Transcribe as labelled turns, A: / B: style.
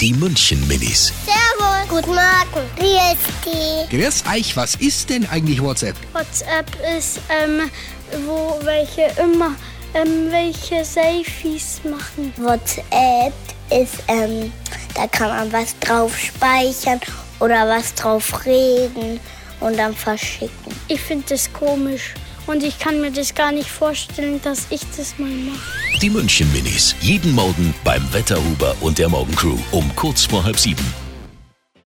A: Die München-Minis.
B: Servus. Guten Morgen. Wie ist die?
A: Grüß euch, was ist denn eigentlich WhatsApp?
C: WhatsApp ist, ähm, wo welche immer ähm, welche Selfies machen.
B: WhatsApp ist, ähm, da kann man was drauf speichern oder was drauf reden und dann verschicken.
C: Ich finde das komisch und ich kann mir das gar nicht vorstellen, dass ich das mal mache.
A: Die München-Minis. Jeden Morgen beim Wetterhuber und der Morgencrew um kurz vor halb sieben.